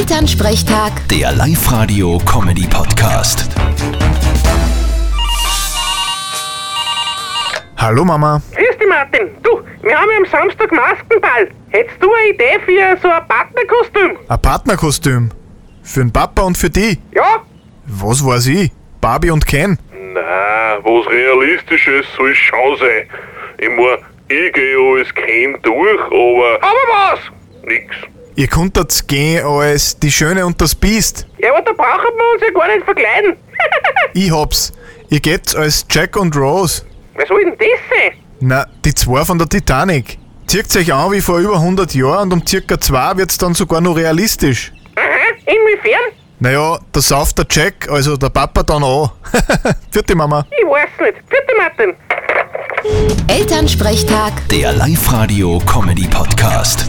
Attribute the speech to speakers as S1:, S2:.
S1: Elternsprechtag,
S2: Der Live-Radio-Comedy-Podcast.
S3: Hallo Mama.
S4: Grüß dich, Martin. Du, wir haben ja am Samstag Maskenball. Hättest du eine Idee für so ein Partnerkostüm?
S3: Ein Partnerkostüm. Für den Papa und für die.
S4: Ja?
S3: Was weiß ich? Barbie und Ken.
S5: Na, Ah, was Realistisches soll schon sein. Ich mein, ich gehe alles kein durch, aber
S4: Aber was?
S5: nix.
S3: Ihr konntet's gehen als die Schöne und das Biest.
S4: Ja, aber da brauchen wir uns ja gar nicht verkleiden.
S3: Ich hab's. Ihr geht's als Jack und Rose.
S4: Was soll denn das sein?
S3: Na, die zwei von der Titanic. Zirkt euch an wie vor über 100 Jahren und um circa zwei wird's dann sogar noch realistisch.
S4: Aha, inwiefern?
S3: Naja, da sauft der Jack, also der Papa dann an. für die Mama.
S4: Ich weiß nicht. Bitte, Martin.
S1: Elternsprechtag.
S2: Der Live-Radio-Comedy-Podcast.